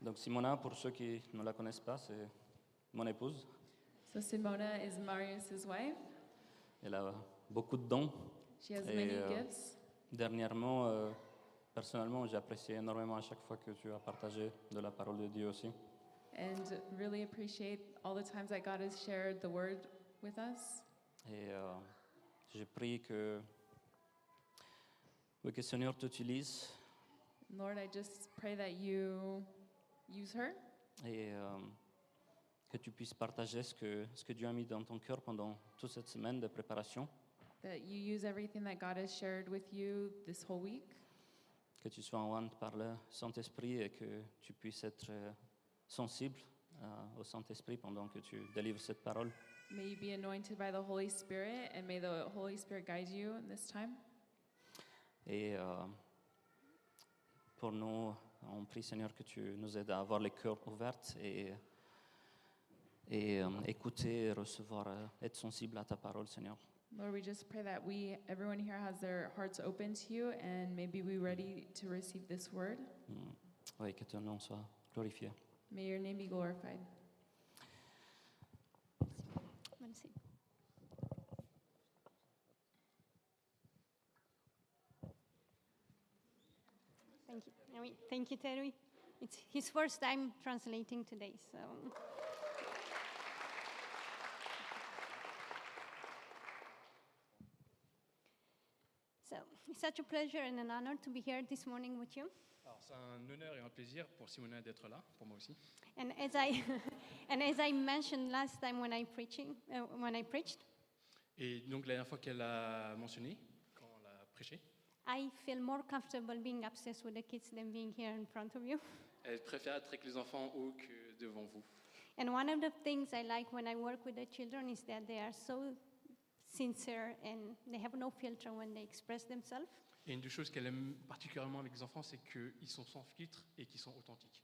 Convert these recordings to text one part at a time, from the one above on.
Donc Simona, pour ceux qui ne la connaissent pas, c'est mon épouse. So Simona is Marius's wife. Elle a beaucoup de dons. She has Et, many euh, gifts. Dernièrement, euh, personnellement, j'ai apprécié énormément à chaque fois que tu as partagé de la parole de Dieu aussi. and really appreciate all the times that God has shared the word with us. Et euh, j'ai prié que, oui, que Seigneur t'utilise Lord, I just pray that you use her et euh, que tu puisses partager ce que, ce que Dieu a mis dans ton cœur pendant toute cette semaine de préparation, that you use everything that God has shared with you this whole week, que tu sois en par le Saint-Esprit et que tu puisses être euh, sensible euh, au Saint-Esprit pendant que tu délivres cette parole. may you be anointed by the Holy Spirit, and may the Holy Spirit guide you in this time. Et euh, pour nous, on prie Seigneur que tu nous aides à avoir les cœurs ouverts et, et euh, écouter, recevoir, euh, être sensible à ta parole Seigneur. Lord, we just pray that we, everyone here, has their hearts open to you, and maybe we're ready to receive this word. Mm. Oui, que ton nom soit glorifié. May your name be glorified. Merci. Thank you. Ah oui, Thank you, Terry. It's his first time translating today, so. So, it's such a pleasure and an honor to be here this morning with you. Alors, c'est un honneur et un plaisir pour Simona d'être là, pour moi aussi. And as I, and as I mentioned last time when I preaching, uh, when I preached, Et donc, la dernière fois qu'elle a mentionné, quand elle a prêché, I feel more comfortable being obsessed with the kids than being here in front of you. elle préfère être avec les enfants en haut que devant vous. And one of the things I like when I work with the children is that they are so sincere and they have no filter when they express themselves. Et une des choses qu'elle aime particulièrement avec les enfants, c'est qu'ils sont sans filtre et qu'ils sont authentiques.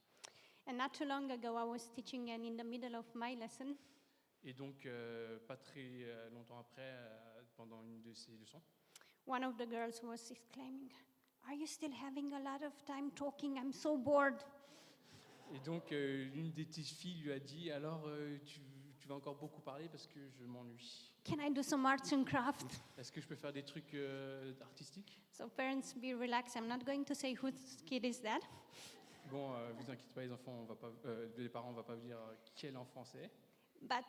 And not too long ago, I was teaching, and in the middle of my lesson, Et donc, euh, pas très euh, longtemps après, euh, pendant une de ses leçons, one of the girls was exclaiming, Are you still having a lot of time talking? I'm so bored. et donc euh, l'une des petites filles lui a dit Alors, euh, tu, tu vas encore beaucoup parler parce que je m'ennuie. Can I do some arts and crafts? Est-ce que je peux faire des trucs euh, artistiques So, parents, be relaxed. I'm not going to say whose kid is that. Bon, euh, vous inquiétez pas, les enfants, on va pas, euh, les parents, on va pas vous dire euh, quel enfant c'est. But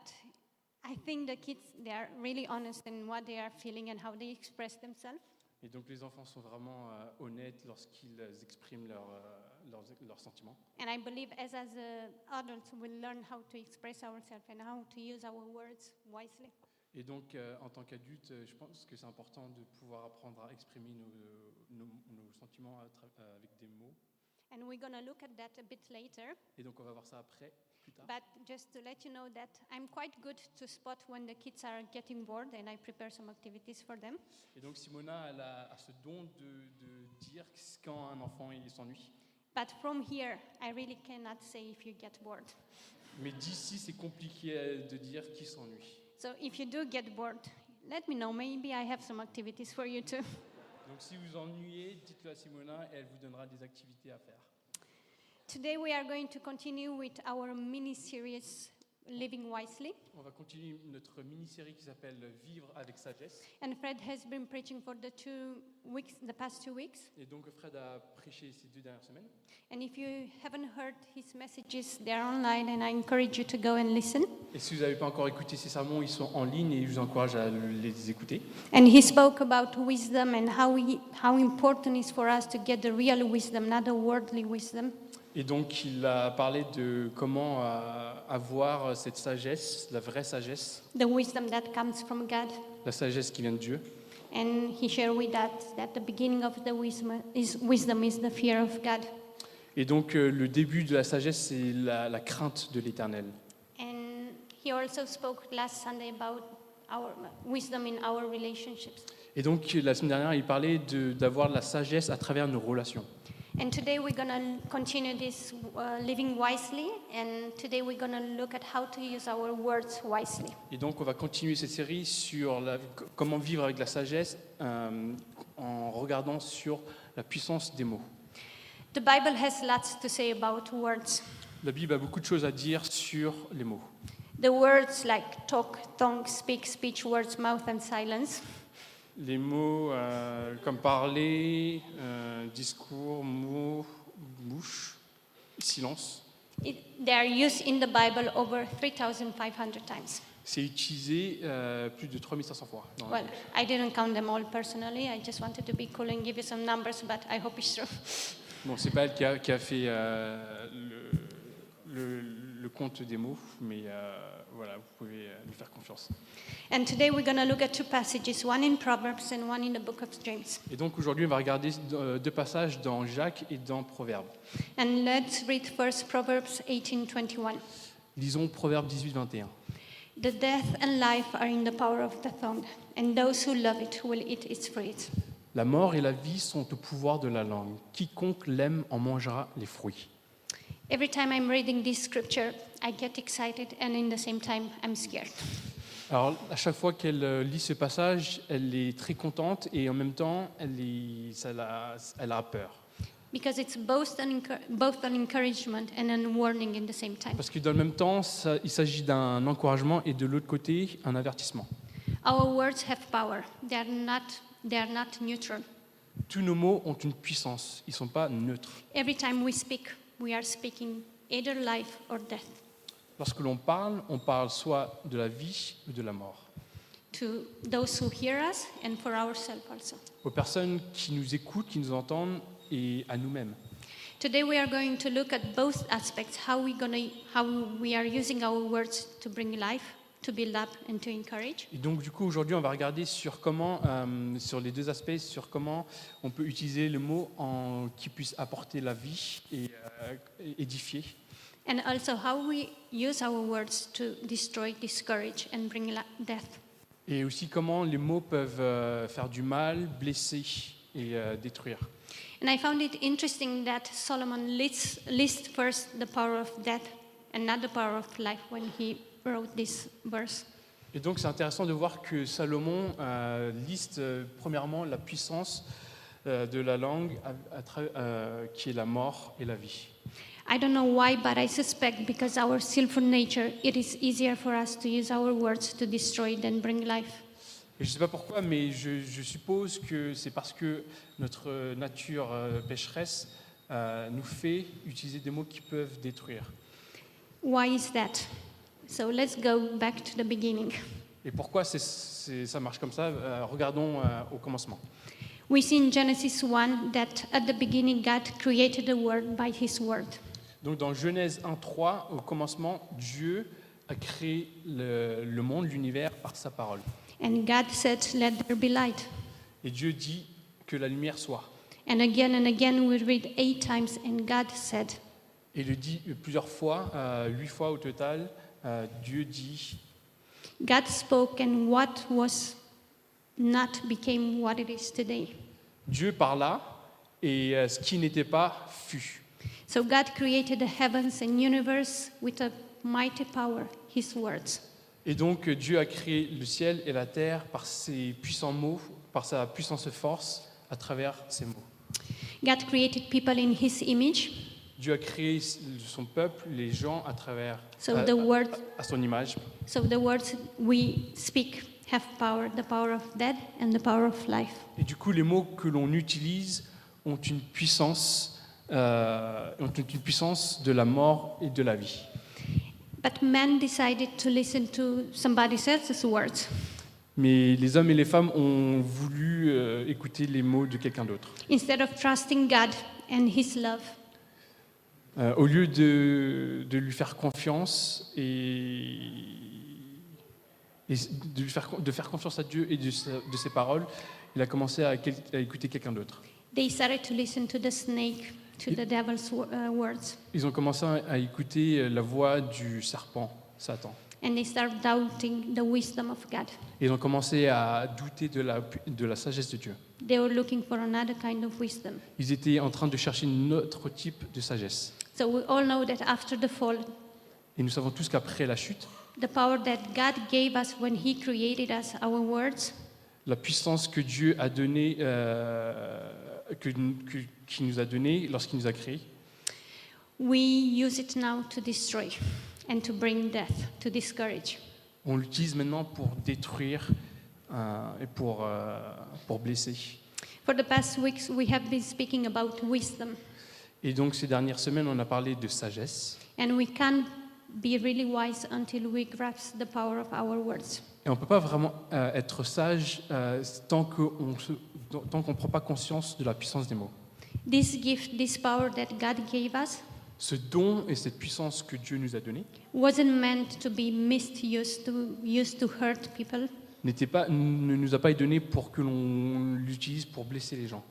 I think the kids, they are really honest in what they are feeling and how they express themselves. Et donc les enfants sont vraiment euh, honnêtes lorsqu'ils expriment leurs, euh, leurs, leurs sentiments. And I believe as, as uh, adults, we learn how to express ourselves and how to use our words wisely. Et donc euh, en tant qu'adulte, euh, je pense que c'est important de pouvoir apprendre à exprimer nos, euh, nos, nos sentiments à tra- euh, avec des mots. And we're going to look at that a bit later. Et donc on va voir ça après, plus tard. But just to let you know that I'm quite good to spot when the kids are getting bored and I prepare some activities for them. Et donc Simona elle a, a ce don de, de dire quand un enfant il s'ennuie. But from here, I really cannot say if you get bored. Mais d'ici, c'est compliqué euh, de dire qui s'ennuie. So if you do get bored, let me know. Maybe I have some activities for you too. Donc si vous ennuyez, dites-le à Simona et elle vous donnera des activités à faire. Today we are going to continue with our mini series, Living Wisely. On va continuer notre mini-série qui s'appelle Vivre avec sagesse. And Fred has been preaching for the two weeks, the past two weeks. Et donc Fred a prêché ces deux dernières semaines. And if you haven't heard his messages, they're online, and I encourage you to go and listen. Et si vous n'avez pas encore écouté ces sermons, ils sont en ligne et je vous encourage à les écouter. And he spoke about wisdom and how we, how important it is for us to get the real wisdom, not the worldly wisdom. Et donc il a parlé de comment euh, avoir cette sagesse, la vraie sagesse, The wisdom that comes from God. la sagesse qui vient de Dieu. And he shared with us that the beginning of the wisdom is, wisdom is the fear of God. Et donc euh, le début de la sagesse, c'est la, la crainte de l'éternel. And he also spoke last Sunday about our wisdom in our relationships. Et donc la semaine dernière, il parlait de- d'avoir de la sagesse à travers nos relations. And today we're going to continue this uh, living wisely. And today we're going to look at how to use our words wisely. Et donc, on va continuer cette série sur la- c- comment vivre avec la sagesse euh, en regardant sur la puissance des mots. The Bible has lots to say about words. La Bible a beaucoup de choses à dire sur les mots. The words like talk, tongue, speak, speech, words, mouth, and silence. Les mots euh, comme parler, euh, discours, mots, bouche, silence, It, they are used in the Bible over 3,500 times. c'est utilisé euh, plus de 3500 fois. dans la Well, Bible. I didn't count them all personally. I just wanted to be cool and give you some numbers, but I hope it's true. Bon, c'est pas elle qui a, qui a fait euh, le, le- le compte des mots, mais euh, voilà, vous pouvez euh, lui faire confiance. And today we're going to look at two passages, one in Proverbs and one in the book of James. Et donc aujourd'hui, on va regarder euh, deux passages dans Jacques et dans Proverbe. And let's read first Proverbs 18:21. Lisons Proverbe 18-21. The death and life are in the power of the tongue, and those who love it will eat its fruit. La mort et la vie sont au pouvoir de la langue. Quiconque l'aime en mangera les fruits. Every time I'm reading this scripture, I get excited and in the same time I'm scared. Alors, à chaque fois qu'elle euh, lit ce passage, elle est très contente et en même temps, elle, est- ça la- elle a peur. Because it's both an, encour- both an encouragement and a warning in the same time. Parce que dans le même temps, ça- il s'agit d'un encouragement et de l'autre côté, un avertissement. Our words have power. They are not, they are not neutral. Tous nos mots ont une puissance, ils ne sont pas neutres. Every time we speak, we are speaking either life or death. Lorsque l'on parle, on parle soit de la vie ou de la mort. to those who hear us and for ourselves also. Aux personnes qui nous écoutent, qui nous entendent et à nous-mêmes. Today we are going to look at both aspects: how we gonna, how we are using our words to bring life, to build up, and to encourage. Et donc, du coup, aujourd'hui, on va regarder sur comment, euh, sur les deux aspects, sur comment on peut utiliser le mot en, qui puisse apporter la vie et euh, et édifier. And also how we use our words to destroy, discourage, and bring la- death. Et aussi comment les mots peuvent euh, faire du mal, blesser et euh, détruire. And I found it interesting that Solomon lists, lists first the power of death and not the power of life when he wrote this verse. Et donc, c'est intéressant de voir que Salomon euh, liste euh, premièrement la puissance euh, de la langue à- à tra- euh, qui est la mort et la vie. I don't know why, but I suspect because our sinful nature, it is easier for us to use our words to destroy than bring life. Et je ne sais pas pourquoi, mais je, je suppose que c'est parce que notre euh, nature euh, pécheresse euh, nous fait utiliser des mots qui peuvent détruire. Why is that? So let's go back to the beginning. Et pourquoi c'est- c'est- ça marche comme ça Euh, Regardons euh, au commencement. We see in Genesis 1 that at the beginning God created the world by his word. Donc dans Genèse 1.3, au commencement, Dieu a créé le, le monde, l'univers, par sa parole. And God said, Let there be light. Et Dieu dit que la lumière soit. And again and again we read eight times, and God said. Et il le dit plusieurs fois, euh, huit fois au total, euh, Dieu dit, God spoke, and what was not became what it is today. Dieu parla, et euh, ce qui n'était pas fut. So God created the heavens and universe with a mighty power, his words. Et donc euh, Dieu a créé le ciel et la terre par ses puissants mots, par sa puissance et force à travers ses mots. God created people in his image, Dieu a créé s- son peuple, les gens à travers so à- the à, word, à son image. so the words we speak have power, the power of death and the power of life. Et du coup, les mots que l'on utilise ont une puissance, euh, ont une puissance de la mort et de la vie. But man decided to listen to somebody else's words. Mais les hommes et les femmes ont voulu euh, écouter les mots de quelqu'un d'autre. Instead of trusting God and his love, Euh, au lieu de, de lui faire confiance et, et de, lui faire, con- de faire confiance à Dieu et de, sa- de ses paroles, il a commencé à, quel- à écouter quelqu'un d'autre. they started to listen to the snake, to the devil's wo- uh, words, Ils ont commencé à à écouter la voix du serpent, Satan. and they started doubting the wisdom of God. Et ils ont commencé à douter de la, pu- de la sagesse de Dieu. They were looking for another kind of wisdom. Ils étaient en train de chercher un autre type de sagesse. So we all know that after the fall, Et nous savons tous qu'après la chute, the power that God gave us when He created us, our words, la puissance que Dieu a donnée, euh, que- que- qu'il nous a donnée lorsqu'il nous a créés, We use it now to destroy and to bring death, to discourage. On l'utilise maintenant pour détruire euh, et pour, euh, pour blesser. For the past weeks, we have been speaking about wisdom, Et donc ces dernières semaines, on a parlé de sagesse. and we can't be really wise until we grasp the power of our words. Et on ne peut pas vraiment euh, être sage euh, tant qu'on ne prend pas conscience de la puissance des mots. This gift, this power that God gave us, Ce don et cette puissance que Dieu nous a donnée wasn't meant to be misused, to used to hurt people, n'était pas, ne nous a pas été donnée pour que l'on l'utilise pour blesser les gens.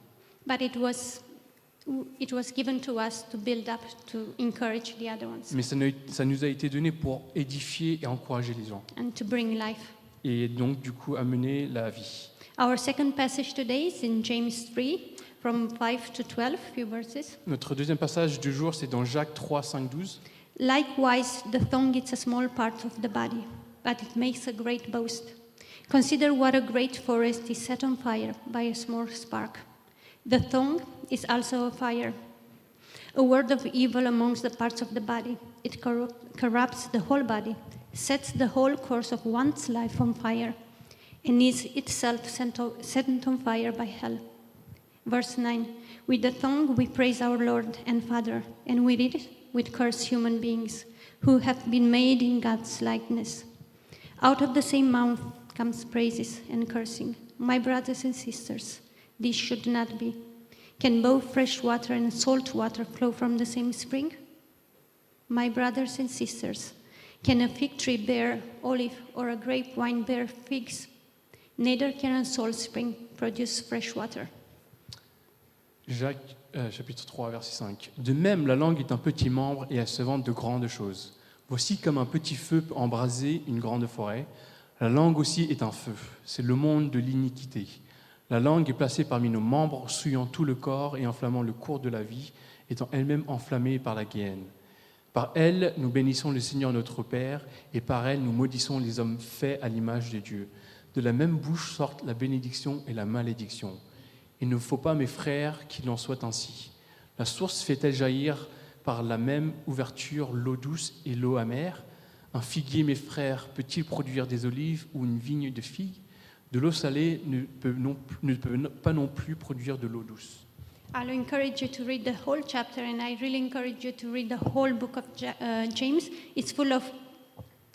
but it was it was given to us to build up, to encourage the other ones, Mais ça, ne- ça nous a été donné pour édifier et encourager les gens. and to bring life. Et donc, du coup, amener la vie. Our second passage today is in James 3, from 5 to 12, few verses. Notre deuxième passage du jour, c'est dans Jacques 3, 5, 12. Likewise, the tongue is a small part of the body, but it makes a great boast. Consider what a great forest is set on fire by a small spark. The tongue is also a fire, a word of evil amongst the parts of the body. It corru- corrupts the whole body, sets the whole course of one's life on fire, and is itself sent o- set on fire by hell. Verse 9 With the tongue we praise our Lord and Father, and with it we curse human beings who have been made in God's likeness. Out of the same mouth comes praises and cursing. My brothers and sisters, this should not be. Can both fresh water and salt water flow from the same spring? My brothers and sisters, can a fig tree bear olive or a grapevine bear figs? Neither can a salt spring produce fresh water. Jacques, euh, chapitre 3, verset 5. De même, la langue est un petit membre et elle se vante de grandes choses. Voici comme un petit feu peut embraser une grande forêt. La langue aussi est un feu. C'est le monde de l'iniquité. La langue est placée parmi nos membres, souillant tout le corps et enflammant le cours de la vie, étant elle-même enflammée par la guéenne. Par elle, nous bénissons le Seigneur notre Père, et par elle, nous maudissons les hommes faits à l'image de Dieu. De la même bouche sortent la bénédiction et la malédiction. Il ne faut pas, mes frères, qu'il en soit ainsi. La source fait-elle jaillir par la même ouverture l'eau douce et l'eau amère Un figuier, mes frères, peut-il produire des olives ou une vigne de figues De l'eau salée ne peut, non- ne peut non- pas non plus produire de l'eau douce. I'll encourage you to read the whole chapter, and I really encourage you to read the whole book of Ja- uh, James. It's full of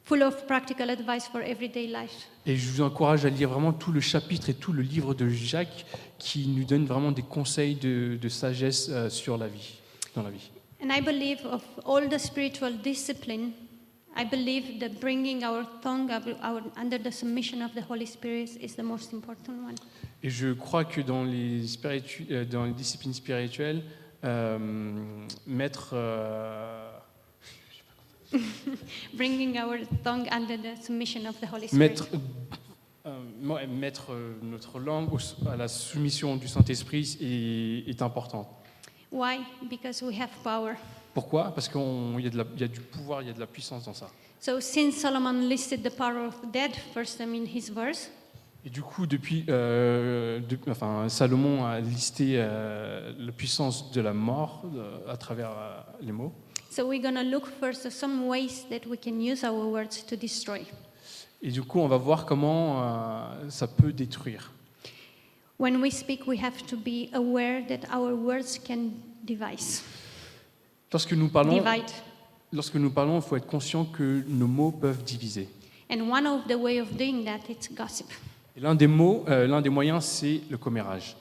full of practical advice for everyday life. Et je vous encourage à lire vraiment tout le chapitre et tout le livre de Jacques qui nous donne vraiment des conseils de, de sagesse euh, sur la vie, dans la vie. And I believe of all the spiritual discipline, I believe that bringing our tongue up, our, under the submission of the Holy Spirit is the most important one. Et je crois que dans les, spiritu- euh, dans les disciplines spirituelles, euh, mettre, euh, Bringing our tongue under the submission of the Holy Spirit. mettre, euh, ouais, mettre euh, notre langue au- à la soumission du Saint-Esprit est, est important. Why? Because we have power. Pourquoi Parce qu'il y, a de la- il y a du pouvoir, il y a de la puissance dans ça. So since Solomon listed the power of the dead first time in his verse, Et du coup, depuis, euh, de- enfin, Salomon a listé euh, la puissance de la mort euh, à travers euh, les mots. So we're going to look first at some ways that we can use our words to destroy. Et du coup, on va voir comment euh, ça peut détruire. When we speak, we have to be aware that our words can devise, Lorsque nous parlons, divide. Lorsque nous parlons, il faut être conscient que nos mots peuvent diviser. And one of the way of doing that is gossip. Et L'un des mots, euh, l'un des moyens, c'est le commérage.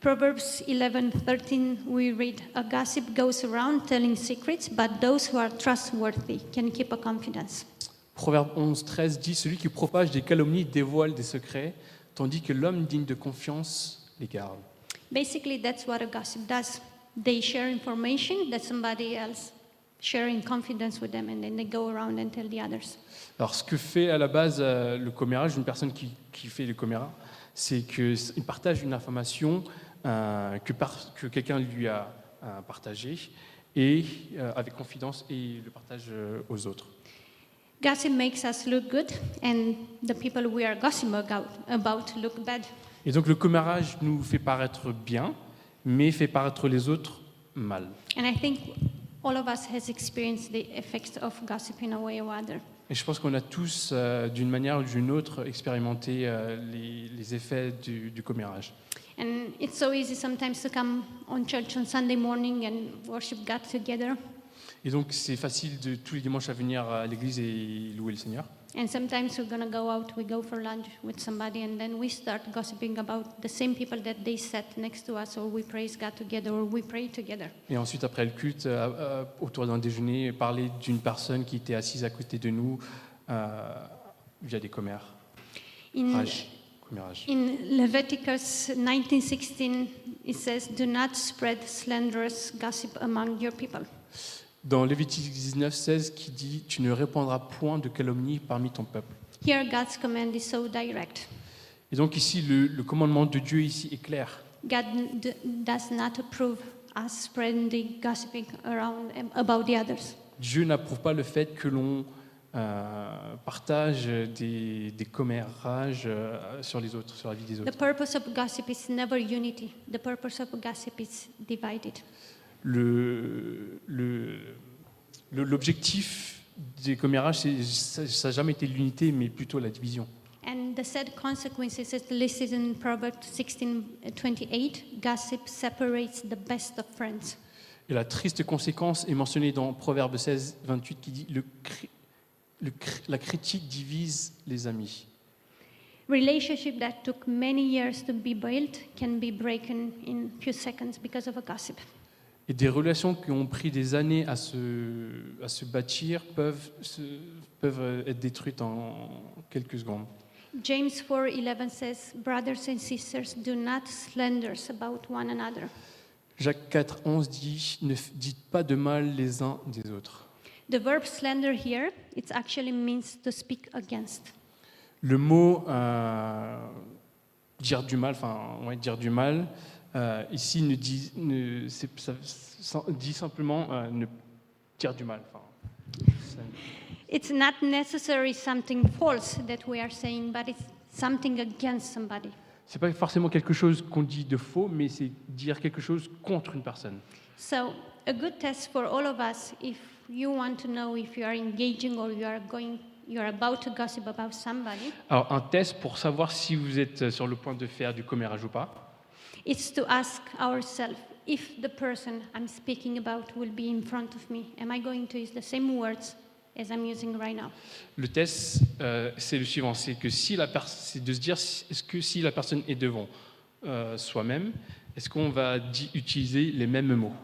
Proverbs 11:13 we read a gossip goes around telling secrets but those who are trustworthy can keep a confidence. Proverbe 11, 13 dit Celui qui propage des calomnies dévoile des secrets, tandis que l'homme digne de confiance les garde. Basically that's what a gossip does. They share information that somebody else sharing confidence with them and then they go around and tell the others. Alors, ce que fait à la base euh, le commérage, une personne qui, qui fait le commérage, c'est qu'il partage une information euh, que, par- que quelqu'un lui a euh, partagée, et euh, avec confidence, et le partage euh, aux autres. Gossip makes us look good, and the people we are gossiping about, about look bad. Et donc le commérage nous fait paraître bien, mais fait paraître les autres mal. And I think All of us has experienced the effects of gossip in a way or other. Et je pense qu'on a tous, euh, d'une manière ou d'une autre, expérimenté euh, les, les effets du, du commérage. And it's so easy sometimes to come on church on Sunday morning and worship God together. Et donc, c'est facile de tous les dimanches à venir à l'église et louer le Seigneur. And sometimes we're gonna go out, we go for lunch with somebody, and then we start gossiping about the same people that they sat next to us, or we praise God together, or we pray together. Et ensuite, après le culte, euh, euh, autour d'un déjeuner, parler d'une personne qui était assise à côté de nous euh, via des commères. In, Rage. Commérage. in Leviticus 19:16, it says, "Do not spread slanderous gossip among your people." Dans Lévitique 19, 16, qui dit Tu ne répandras point de calomnie parmi ton peuple. Here, God's command is so direct. Et donc, ici, le, le commandement de Dieu ici est clair. God n- d- does not approve us spreading the gossiping around um, about the others. Dieu n'approuve pas le fait que l'on euh, partage des, des commérages euh, sur les autres, sur la vie des The autres. purpose of gossip is never unity. The purpose of gossip is divided. Le- le- le- L'objectif des commérages, c'est- ça ça n'a jamais été l'unité, mais plutôt la division. And the sad consequences is listed in Proverbs 16:28. Gossip separates the best of friends. Et la triste conséquence est mentionnée dans Proverbe 16, 28 qui dit le cri- le cri- La critique divise les amis. Relationship that took many years to be built can be broken in few seconds because of a gossip. Et des relations qui ont pris des années à se, à se bâtir peuvent, se- peuvent euh, être détruites en quelques secondes. James 4:11 says, "Brothers and sisters, do not slanders about one another. Jacques 4, 11 dit Ne f- dites pas de mal les uns des autres. The verb slander here, it actually means to speak against. Le mot euh, dire du mal, enfin, ouais, dire du mal, euh, ici ne dit, ne, c'est- ça- ça dit simplement euh, ne dire du mal. enfin, ça- It's not necessarily something false that we are saying, but it's something against somebody. C'est pas forcément quelque chose qu'on dit de faux, mais c'est dire quelque chose contre une personne. So, a good test for all of us if you want to know if you are engaging or you are going you are about to gossip about somebody, Alors, un test pour savoir si vous êtes euh, sur le point de faire du commérage ou pas, it's to ask ourselves if the person I'm speaking about will be in front of me, am I going to use the same words as I'm using right now? le test, euh, c'est le suivant c'est que si la pers- c'est de se dire si- est-ce que si la personne est devant euh, soi-même, est-ce qu'on va di- utiliser les mêmes mots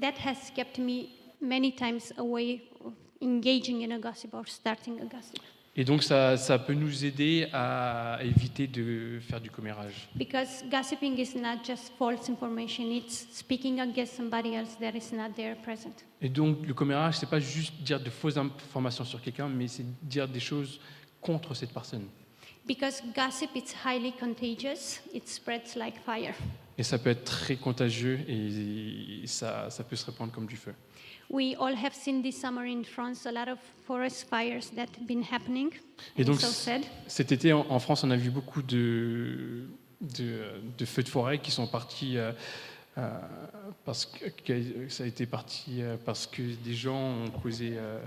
That has kept me many times away of engaging in a gossip or starting a gossip. Et donc, ça, ça peut nous aider à éviter de faire du commérage. Because gossiping is not just false information, it's speaking against somebody else that is not there present. Et donc, le commérage, c'est pas juste dire de fausses informations sur quelqu'un, mais c'est dire des choses contre cette personne. Because gossip is highly contagious, it spreads like fire. Et ça peut être très contagieux et ça, ça peut se répandre comme du feu. We all have seen this summer in France a lot of forest fires that have been happening. Et and donc, it's so sad. Cet été, en, en France, on a vu beaucoup de, de, de feux de forêt qui sont partis euh, euh, parce que, que ça a été parti euh, parce que des gens ont causé. euh,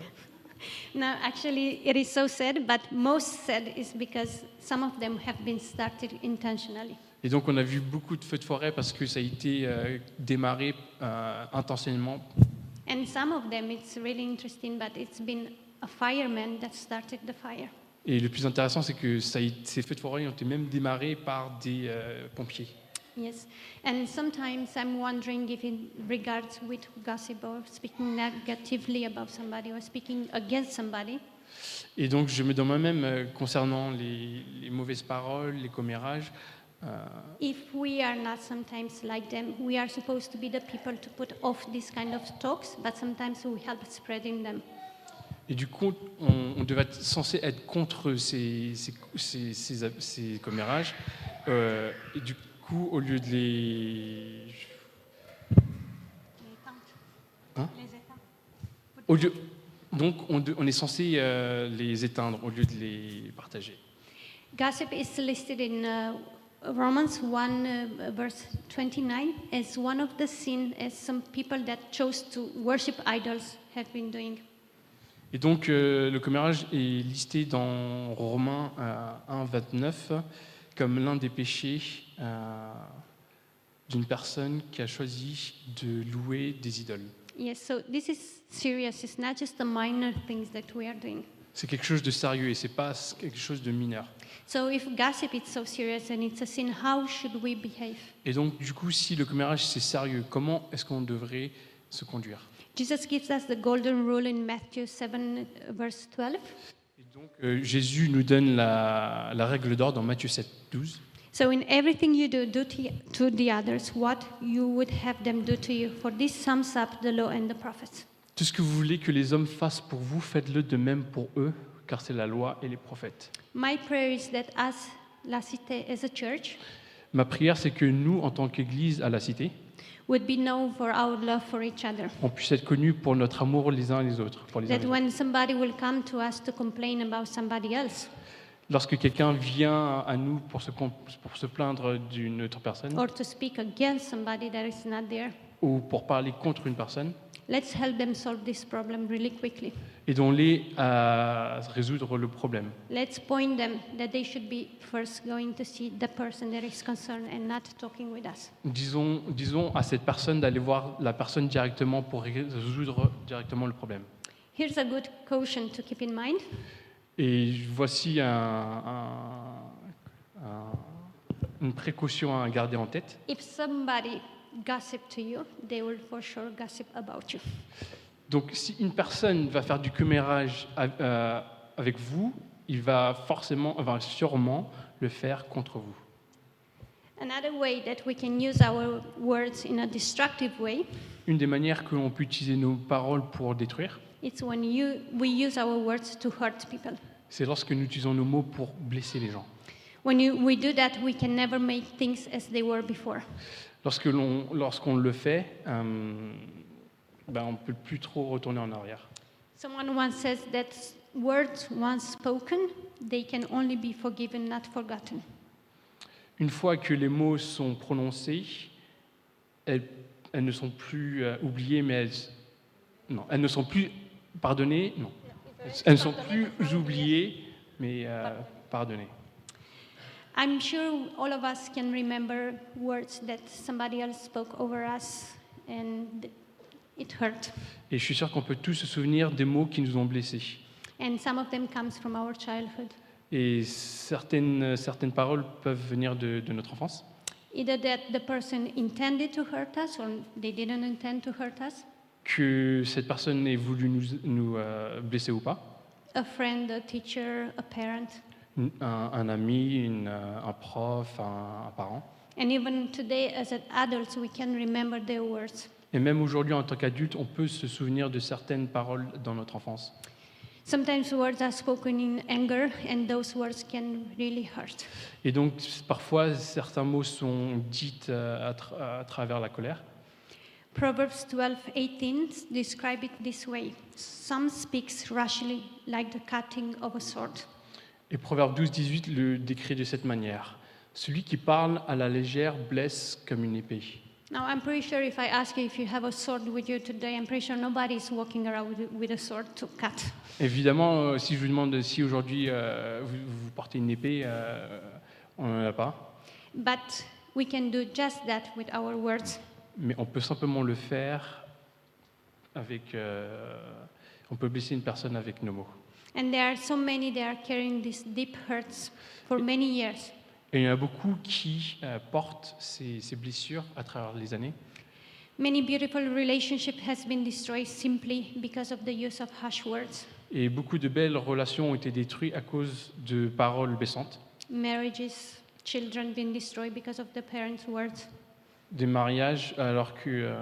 No, actually, it is so sad, but most sad is because some of them have been started intentionally. et donc, on a vu beaucoup de feux de forêt parce que ça a été euh, démarré euh, intentionnellement. And some of them, it's really interesting, but it's been a fireman that started the fire. Et le plus intéressant, c'est que ça a été- ces feux de forêt ont été même démarrés par des euh, pompiers. Yes, and sometimes I'm wondering if, in regards with gossip or speaking negatively about somebody or speaking against somebody, Et donc, je me demande même, euh, concernant les, les mauvaises paroles, les commérages, euh, if we are not sometimes like them, we are supposed to be the people to put off these kind of talks, but sometimes we help spreading them. et du coup, on, on devait être censé être contre ces, ces, ces, ces, ab- ces commérages. Euh, et du coup, au lieu de les. Hein Au lieu, donc, on, de- on est censé euh, les éteindre au lieu de les partager. Gossip is listed in uh, Romans 1, uh, verse 29, as one of the sin as some people that chose to worship idols have been doing. Et donc, euh, le commérage est listé dans Romains euh, 1, 29 comme l'un des péchés euh, d'une personne qui a choisi de louer des idoles. Yes, so this is serious. It's not just the minor things that we are doing. C'est quelque chose de sérieux et c'est pas quelque chose de mineur. So if gossip is so serious and it's a sin, how should we behave? Et donc, du coup, si le commérage c'est sérieux, comment est-ce qu'on devrait se conduire Jesus gives us the golden rule in Matthew 7, uh, verse 12. Et donc, euh, Jésus nous donne la, la règle d'or dans Matthieu 7, 12. So in everything you do, do to, to the others what you would have them do to you. For this sums up the law and the prophets. Tout ce que vous voulez que les hommes fassent pour vous, faites-le de même pour eux, car c'est la loi et les prophètes. My prayer is that as La Cité, as a church, Ma prière, c'est que nous, en tant qu'Église à la cité, would be known for our love for each other. on puisse être connus pour notre amour les uns les autres. Pour les uns That les autres. when somebody will come to us to complain about somebody else, Lorsque quelqu'un vient à nous pour se, com- pour se plaindre d'une autre personne or to speak against somebody that is not there, ou pour parler contre une personne, let's help them solve this problem really quickly. aidons-les à résoudre le problème. Let's point them that they should be first going to see the person that is concerned and not talking with us. Disons, disons à cette personne d'aller voir la personne directement pour ré- résoudre directement le problème. Here's a good caution to keep in mind. Et voici un- un- un- une précaution à garder en tête. If somebody gossip to you, they will for sure gossip about you. Donc, si une personne va faire du commérage a- euh, avec vous, il va forcément, va sûrement le faire contre vous. Another way that we can use our words in a destructive way Une des manières que l'on peut utiliser nos paroles pour détruire, is when you, we use our words to hurt people. c'est lorsque nous utilisons nos mots pour blesser les gens. When you, we do that, we can never make things as they were before. Lorsque l'on, lorsqu'on le fait, euh, ben, on ne peut plus trop retourner en arrière. Someone once says that words once spoken, they can only be forgiven, not forgotten. Une fois que les mots sont prononcés, elles, elles ne sont plus euh, oubliées, mais elles, non, elles ne sont plus pardonnées, non. Elles, elles ne sont plus oubliées, mais euh, pardonnées. I'm sure all of us can remember words that somebody else spoke over us and it hurt. Et je suis sûr qu'on peut tous se souvenir des mots qui nous ont blessés. And some of them comes from our childhood. Et certaines, certaines paroles peuvent venir de, de notre enfance. Either that the person intended to hurt us or they didn't intend to hurt us. Que cette personne ait voulu nous, nous, euh, blesser ou pas. A friend, a teacher, a parent. Un, un ami, une, euh, un prof, un- un parent. And even today, as adults, we can remember their words. Et même aujourd'hui, en tant qu'adulte, on peut se souvenir de certaines paroles dans notre enfance. Sometimes words are spoken in anger, and those words can really hurt. Et donc, parfois, certains mots sont dits euh, à, tra- à travers la colère. Proverbs 12:18 describe it this way: "Some speaks rashly, like the cutting of a sword." Et Proverbe 12, 18 le décrit de cette manière. Celui qui parle à la légère blesse comme une épée. Now, I'm pretty sure if I ask you if you have a sword with you today, I'm pretty sure nobody is walking around with- with a sword to cut. Évidemment, euh, si je vous demande si aujourd'hui euh, vous, vous portez une épée, euh, on n'en a pas. But we can do just that with our words. Mais on peut simplement le faire avec. euh, on peut blesser une personne avec nos mots. And there are so many that are carrying these deep hurts for many years. Et il y en a beaucoup qui euh, portent ces, ces blessures à travers les années. Many beautiful relationship has been destroyed simply because of the use of harsh words. Et beaucoup de belles relations ont été détruites à cause de paroles blessantes. Marriages, children been destroyed because of the parents' words, Des mariages, alors que. euh,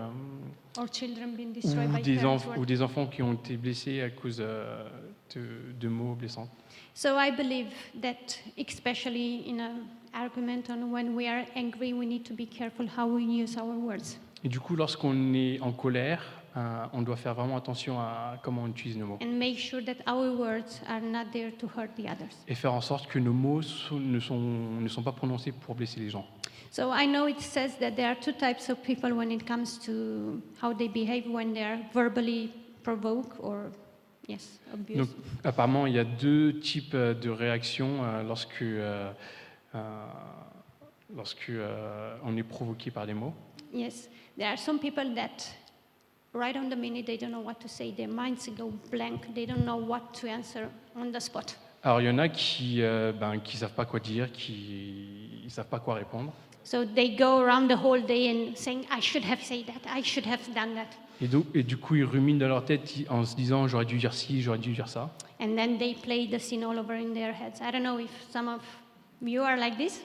or children been destroyed ou, by des parents' enf- ou words. des enfants qui ont été blessés à cause euh, de, de mots blessants. So I believe that, especially in an argument on when we are angry, we need to be careful how we use our words. Et du coup, lorsqu'on est en colère, euh, on doit faire vraiment attention à comment on utilise nos mots. and make sure that our words are not there to hurt the others. Et faire en sorte que nos mots sont- ne, sont, ne sont pas prononcés pour blesser les gens. So I know it says that there are two types of people when it comes to how they behave when they are verbally provoked or, yes, abused. Donc, apparemment, il y a deux types euh, de réactions euh, lorsque, euh, euh, lorsque euh, on est provoqué par des mots. Yes, there are some people that right on the minute they don't know what to say, their minds go blank, they don't know what to answer on the spot. Alors, il y en a qui ne ben, qui savent pas quoi dire, qui ne savent pas quoi répondre. So they go around the whole day and saying, I should have said that, I should have done that. Et, donc- et du coup, ils ruminent dans leur tête en se disant j'aurais dû dire ci, j'aurais dû dire ça. And then they play the scene all over in their heads. I don't know if some of you are like this.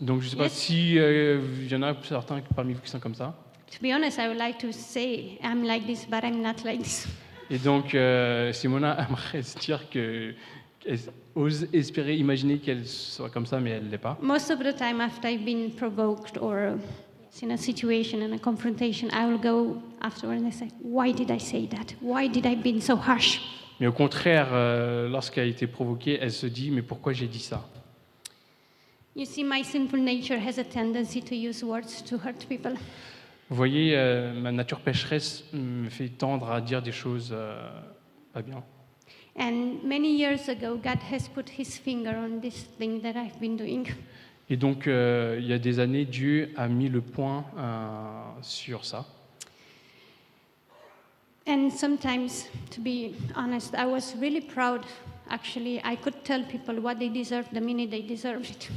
Donc, je ne sais pas Yes. si euh, il y en a certains parmi vous qui sont comme ça. To be honest, I would like to say I'm like this, but I'm not like this. Et donc, euh, Simona aimerait se dire que- qu'elle ose espérer, imaginer qu'elle soit comme ça, mais elle ne l'est pas. Most of the time, after I've been provoked or in a situation and a confrontation, I will go afterward and I say, Why did I say that? Why did I been so harsh? Mais au contraire, euh, lorsqu'elle a été provoquée, elle se dit mais pourquoi j'ai dit ça You see, my sinful nature has a tendency to use words to hurt people. Vous voyez, euh, ma nature pécheresse me fait tendre à dire des choses euh, pas bien. And many years ago, God has put his finger on this thing that I've been doing. Et donc, euh, il y a des années, Dieu a mis le point euh, sur ça. And sometimes, to be honest, I was really proud. Actually, I could tell people what they deserved the minute they deserved it.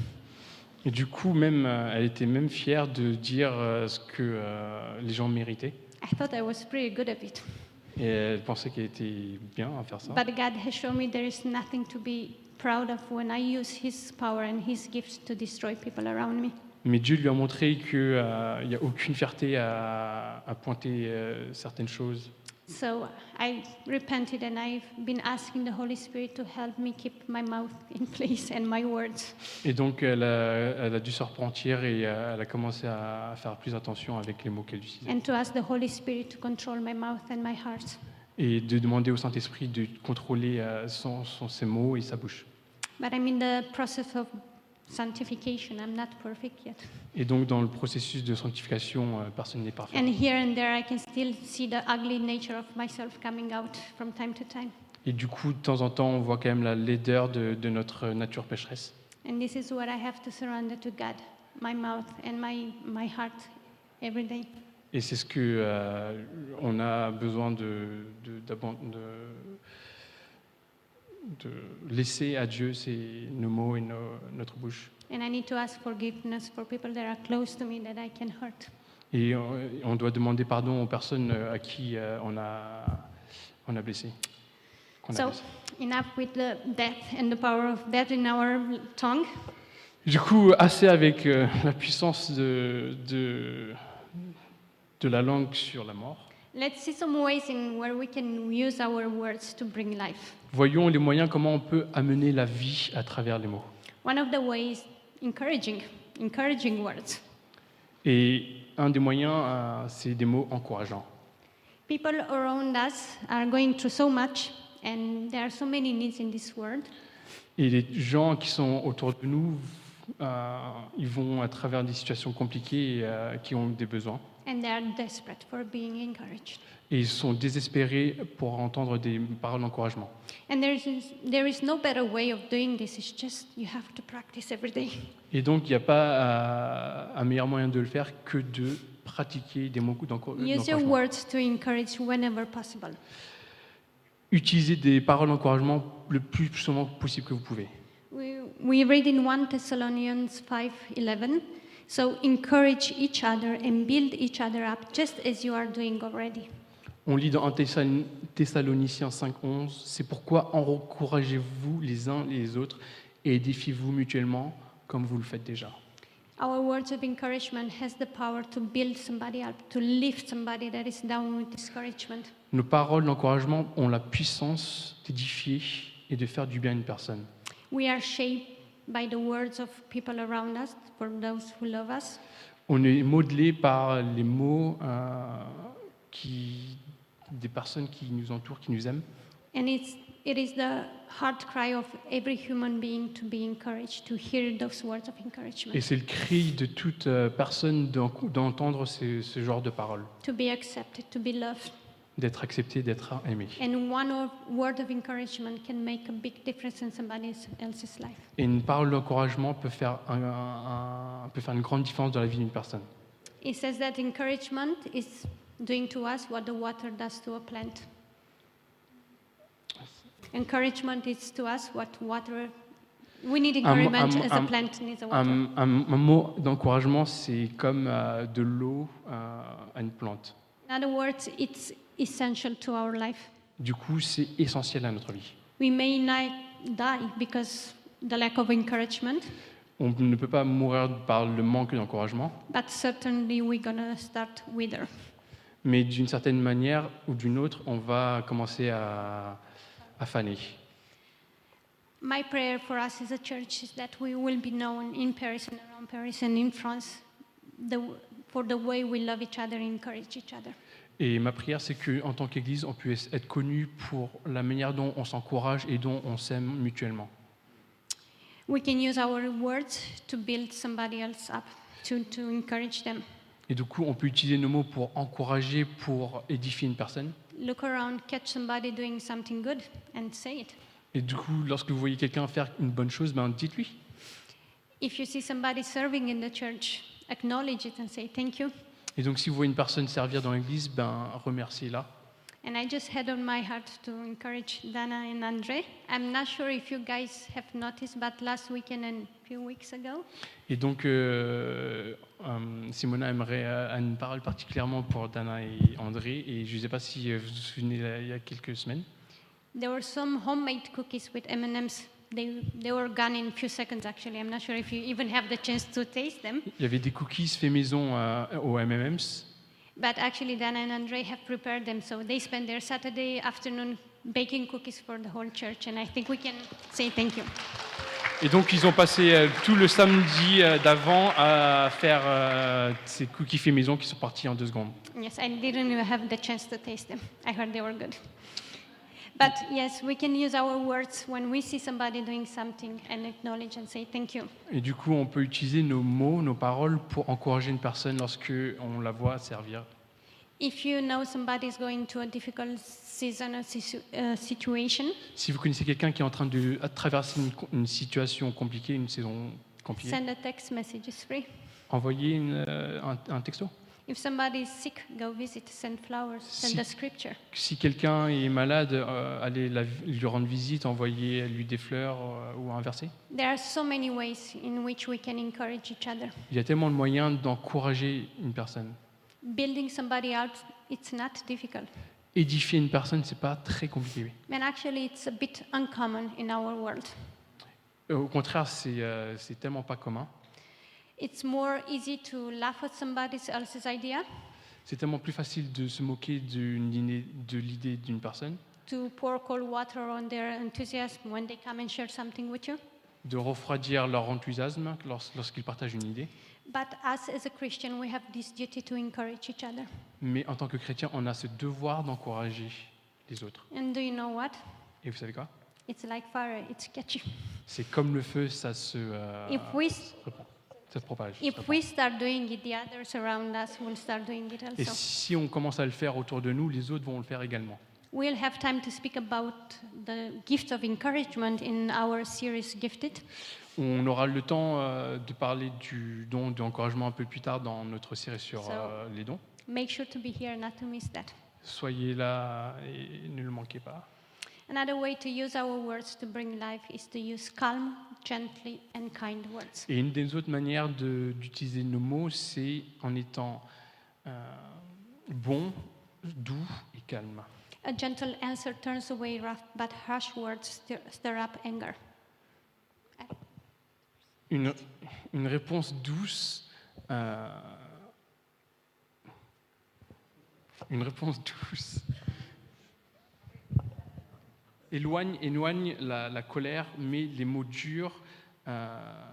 Et du coup, même, euh, elle était même fière de dire euh, ce que euh, les gens méritaient. I thought I was pretty good at it. Et elle pensait qu'elle était bien à faire ça. But God has shown me there is nothing to be proud of when I use His power and His gifts to destroy people around me. Mais Dieu lui a montré qu'il n'y a aucune fierté à, à pointer euh, certaines choses. So I repented and I've been asking the Holy Spirit to help me keep my mouth in place and my words. Et donc, elle a, elle a dû se repentir et euh, elle a commencé à faire plus attention avec les mots qu'elle utilisait. and to ask the Holy Spirit to control my mouth and my heart. Et de demander au Saint-Esprit de contrôler euh, son- son- ses mots et sa bouche. But I'm in the process of sanctification. I'm not perfect yet. Et donc, dans le processus de sanctification, euh, personne n'est parfait. And here and there, I can still see the ugly nature of myself coming out from time to time. Et du coup, de temps en temps, on voit quand même la laideur de, de notre nature pécheresse. And this is what I have to surrender to God my mouth and my, my heart every day. Et c'est ce que euh, on a besoin de, de, d'aban- de- de laisser à Dieu c'est nos mots et nos- notre bouche. And I need to ask forgiveness for people that are close to me that I can hurt. Et on, on doit demander pardon aux personnes à qui euh, on a on a blessé. qu'on a So, blessé. enough with the death and the power of death in our tongue. Du coup, assez avec euh, la puissance de, de de la langue sur la mort. Let's see some ways in where we can use our words to bring life. Voyons les moyens comment on peut amener la vie à travers les mots. One of the ways, encouraging, encouraging words. Et un des moyens, euh, c'est des mots encourageants. People around us are going through so much, and there are so many needs in this world. Et les gens qui sont autour de nous, euh, ils vont à travers des situations compliquées et, euh, qui ont des besoins. And they are desperate for being encouraged. Et ils sont désespérés pour entendre des paroles d'encouragement. And there is, there is no better way of doing this, it's just you have to practice every day. Et donc, il n'y a pas euh, un meilleur moyen de le faire que de pratiquer des mots d'encour- Use your d'encouragement. words to encourage whenever possible. Utilisez des paroles d'encouragement le plus souvent possible que vous pouvez. We, we read in 1 Thessalonians 5:11, so encourage each other and build each other up just as you are doing already. On lit dans 1 Thessalon- Thessaloniciens 5.11, c'est pourquoi encouragez-vous les uns les autres et édifiez-vous mutuellement comme vous le faites déjà. Our words of encouragement has the power to build somebody up, to lift somebody that is down with discouragement. Nos paroles d'encouragement ont la puissance d'édifier et de faire du bien à une personne. We are shaped by the words of people around us, for those who love us. on est modelé par les mots euh, qui, des personnes qui nous entourent, qui nous aiment. And it's, it is the heart cry of every human being to be encouraged, to hear those words of Et encouragement, c'est le cri de toute euh, personne d'en- d'entendre ce, ce genre de paroles, to be accepted, to be loved. d'être accepté, d'être aimé. And one or word of encouragement can make a big difference in somebody else's life. Et une parole d'encouragement peut faire, un- un- un- peut faire une grande différence dans la vie d'une personne. It says that encouragement is doing to us what the water does to a plant. Encouragement is to us what water. We need mo- encouragement un mo- as un- a plant needs a Un, water. un- un mot d'encouragement, c'est comme euh, de l'eau euh, à une plante. In other words, it's essential to our life. Du coup, c'est essentiel à notre vie. We may not die because the lack of encouragement, On ne peut pas mourir par le manque d'encouragement, but certainly we're gonna start wither. mais d'une certaine manière ou d'une autre, on va commencer à, à faner. My prayer for us as a church is that we will be known in Paris and around Paris and in France the, for the way we love each other and encourage each other. Et ma prière, c'est qu'en tant qu'Église, on puisse être connu pour la manière dont on s'encourage et dont on s'aime mutuellement. We can use our words to build somebody else up, to, to encourage them. Et du coup, on peut utiliser nos mots pour encourager, pour édifier une personne. Look around, catch somebody doing something good, and say it. Et du coup, lorsque vous voyez quelqu'un faire une bonne chose, ben, dites-lui. If you see somebody serving in the church, acknowledge it and say thank you. Et donc, si vous voyez une personne servir dans l'Église, ben, remerciez-la. And I just had on my heart to encourage Dana and Andre. I'm not sure if you guys have noticed, but last weekend and a few weeks ago, Et donc, euh, euh, Simona aimerait euh, a une parole particulièrement pour Dana et André. Et je ne sais pas si euh, vous vous souvenez, là, il y a quelques semaines, there were some homemade cookies with M&Ms. They, they were gone in a few seconds, actually. I'm not sure if you even have the chance to taste them. il y avait des cookies faits maison euh, au MMMs. But actually, Dana and Andre have prepared them, so they spend their Saturday afternoon baking cookies for the whole church, and I think we can say thank you. Et donc, ils ont passé euh, tout le samedi euh, d'avant à faire euh, ces cookies faits maison qui sont partis en deux secondes. Yes, I didn't even have the chance to taste them. I heard they were good. But yes, we can use our words when we see somebody doing something and acknowledge and say thank you. Et du coup, on peut utiliser nos mots, nos paroles pour encourager une personne lorsque on la voit servir. If you know somebody is going through a difficult season or sisu- uh, situation, Si vous connaissez quelqu'un qui est en train de traverser une, une situation compliquée, une saison compliquée, send a text message, it's free. envoyez une, euh, un, un texto. If somebody is sick, go visit, send flowers, send Si- a scripture. Si quelqu'un est malade, euh, allez la- lui rendre visite, envoyez lui des fleurs euh, ou un verset. There are so many ways in which we can encourage each other. Il y a tellement de moyens d'encourager une personne. Building somebody up, it's not difficult. Édifier une personne, c'est pas très compliqué. And actually, it's a bit uncommon in our world. Euh, Au contraire, c'est euh, c'est tellement pas commun. It's more easy to laugh at somebody else's idea, C'est tellement plus facile de se moquer d'une idée- de l'idée d'une personne, to pour cold water on their enthusiasm when they come and share something with you. de refroidir leur enthousiasme lors- lorsqu'ils partagent une idée. But us as a Christian, we have this duty to encourage each other. Mais en tant que chrétien, on a ce devoir d'encourager les autres. And do you know what? Et vous savez quoi It's like fire, it's catchy. C'est comme le feu, ça se, euh, If we- se répand. Ça se propage. ça se If répand. we start doing it, the others around us will start doing it Et also. si on commence à le faire autour de nous, les autres vont le faire également. We'll have time to speak about the gift of encouragement in our series Gifted. On aura le temps euh, de parler du don d'encouragement un peu plus tard dans notre série sur So- euh, les dons. Make sure to be here, not to miss that. Soyez là et ne le manquez pas. Another way to use our words to bring life is to use calm, gently, and kind words. Et une des autres manières de- d'utiliser nos mots, c'est en étant euh, bon, doux et calme. A gentle answer turns away rough, but harsh words stir, stir up anger. Une, une réponse douce. euh, une réponse douce. Éloigne, éloigne la, la colère, mais les mots durs. euh,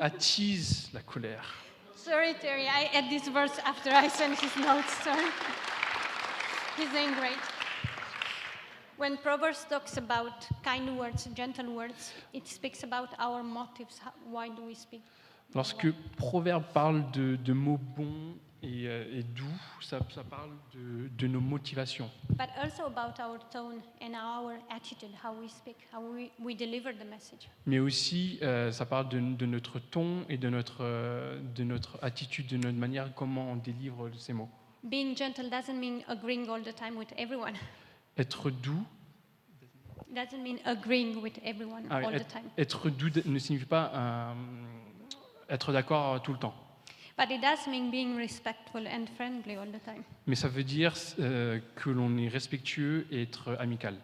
attise la colère. Sorry, Terry, I add this verse after I send his notes. Sorry. He's doing great. When Proverbs talks about kind words, gentle words, it speaks about our motives. How, why do we speak? Lorsque Proverbe parle de, de mots bons et, euh, et doux, ça, ça parle de, de nos motivations, But also about our tone and our attitude, how we speak, how we, we deliver the message. mais aussi euh, ça parle de, de notre ton et de notre, euh, de notre attitude, de notre manière, comment on délivre ces mots. Being gentle doesn't mean agreeing all the time with everyone. Être doux, Doesn't mean agreeing with everyone ah oui, all the être, time. être doux ne signifie pas euh, être d'accord tout le temps. But it does mean being respectful and friendly all the time. Mais ça veut dire euh, que l'on est respectueux et être amical.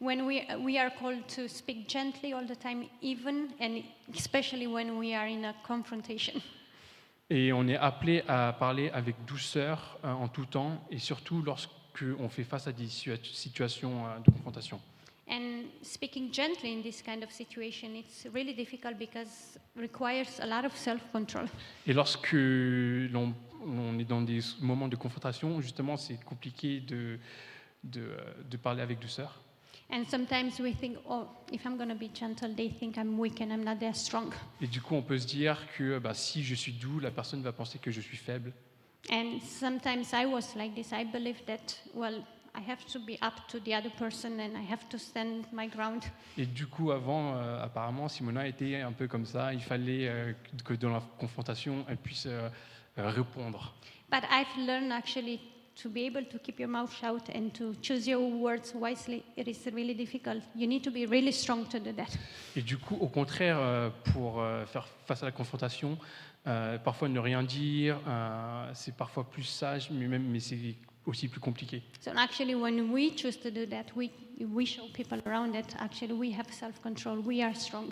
When we, we are called to speak gently all the time, even and especially when we are in a confrontation. Et on est appelé à parler avec douceur euh, en tout temps et surtout lorsque on fait face à des situa- situations euh, de confrontation. And speaking gently in this kind of situation, it's really difficult because requires a lot of self-control. Et lorsque l'on on est dans des moments de confrontation, justement, c'est compliqué de, de, euh, de parler avec douceur. And sometimes we think, oh, if I'm going to be gentle, they think I'm weak and I'm not that strong. Et du coup, on peut se dire que bah, si je suis doux, la personne va penser que je suis faible. And sometimes I was like this. I believe that, well, I have to be up to the other person and I have to stand my ground. Et du coup, avant, euh, apparemment, Simona était un peu comme ça. Il fallait euh, que dans la confrontation, elle puisse euh, euh, répondre. But I've learned actually to be able to keep your mouth shut and to choose your words wisely. It is really difficult. You need to be really strong to do that. Et du coup, au contraire, euh, pour euh, faire face à la confrontation, euh, parfois ne rien dire, euh, c'est parfois plus sage, mais, même, mais c'est aussi plus compliqué. So actually, when we choose to do that, we we show people around that actually we have self-control. We are strong.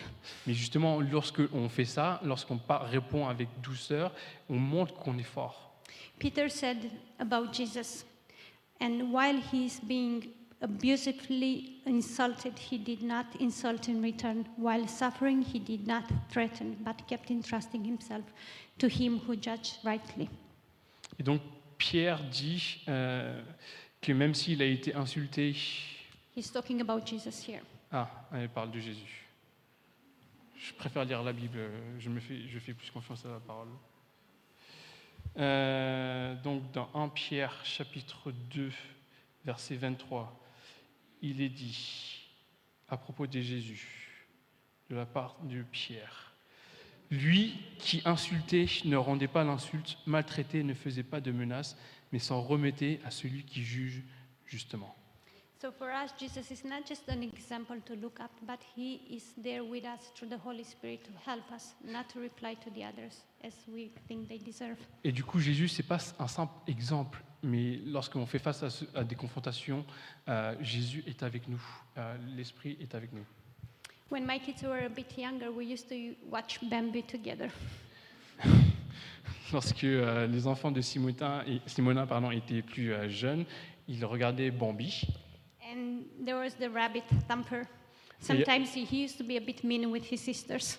Mais justement, lorsqu'on fait ça, lorsqu'on par- répond avec douceur, on montre qu'on est fort. Peter said about Jesus, and while he's being abusively insulted, he did not insult in return. While suffering, he did not threaten, but kept entrusting himself to him who judged rightly. Et donc, Pierre dit euh, que même s'il a été insulté, He's talking about Jesus here. Ah, elle parle de Jésus. Je préfère lire la Bible, je, me fais, je fais plus confiance à la parole. Euh, donc dans 1 Pierre chapitre 2, verset 23, il est dit à propos de Jésus, de la part de Pierre, lui qui insultait ne rendait pas l'insulte, maltraitait ne faisait pas de menaces, mais s'en remettait à celui qui juge justement. So for us, Jesus is not just an example to look up, but he is there with us through the Holy Spirit to help us not to reply to the others as we think they deserve. Et du coup, Jésus, c'est pas un simple exemple, mais lorsqu'on fait face à, ce- à des confrontations, euh, Jésus est avec nous, euh, l'Esprit est avec nous. When my kids were a bit younger, we used to watch Bambi together. Lorsque euh, les enfants de Simotin et, Simona pardon, étaient plus euh, jeunes, ils regardaient Bambi. And there was the rabbit Thumper. Sometimes he, he used to be a bit mean with his sisters.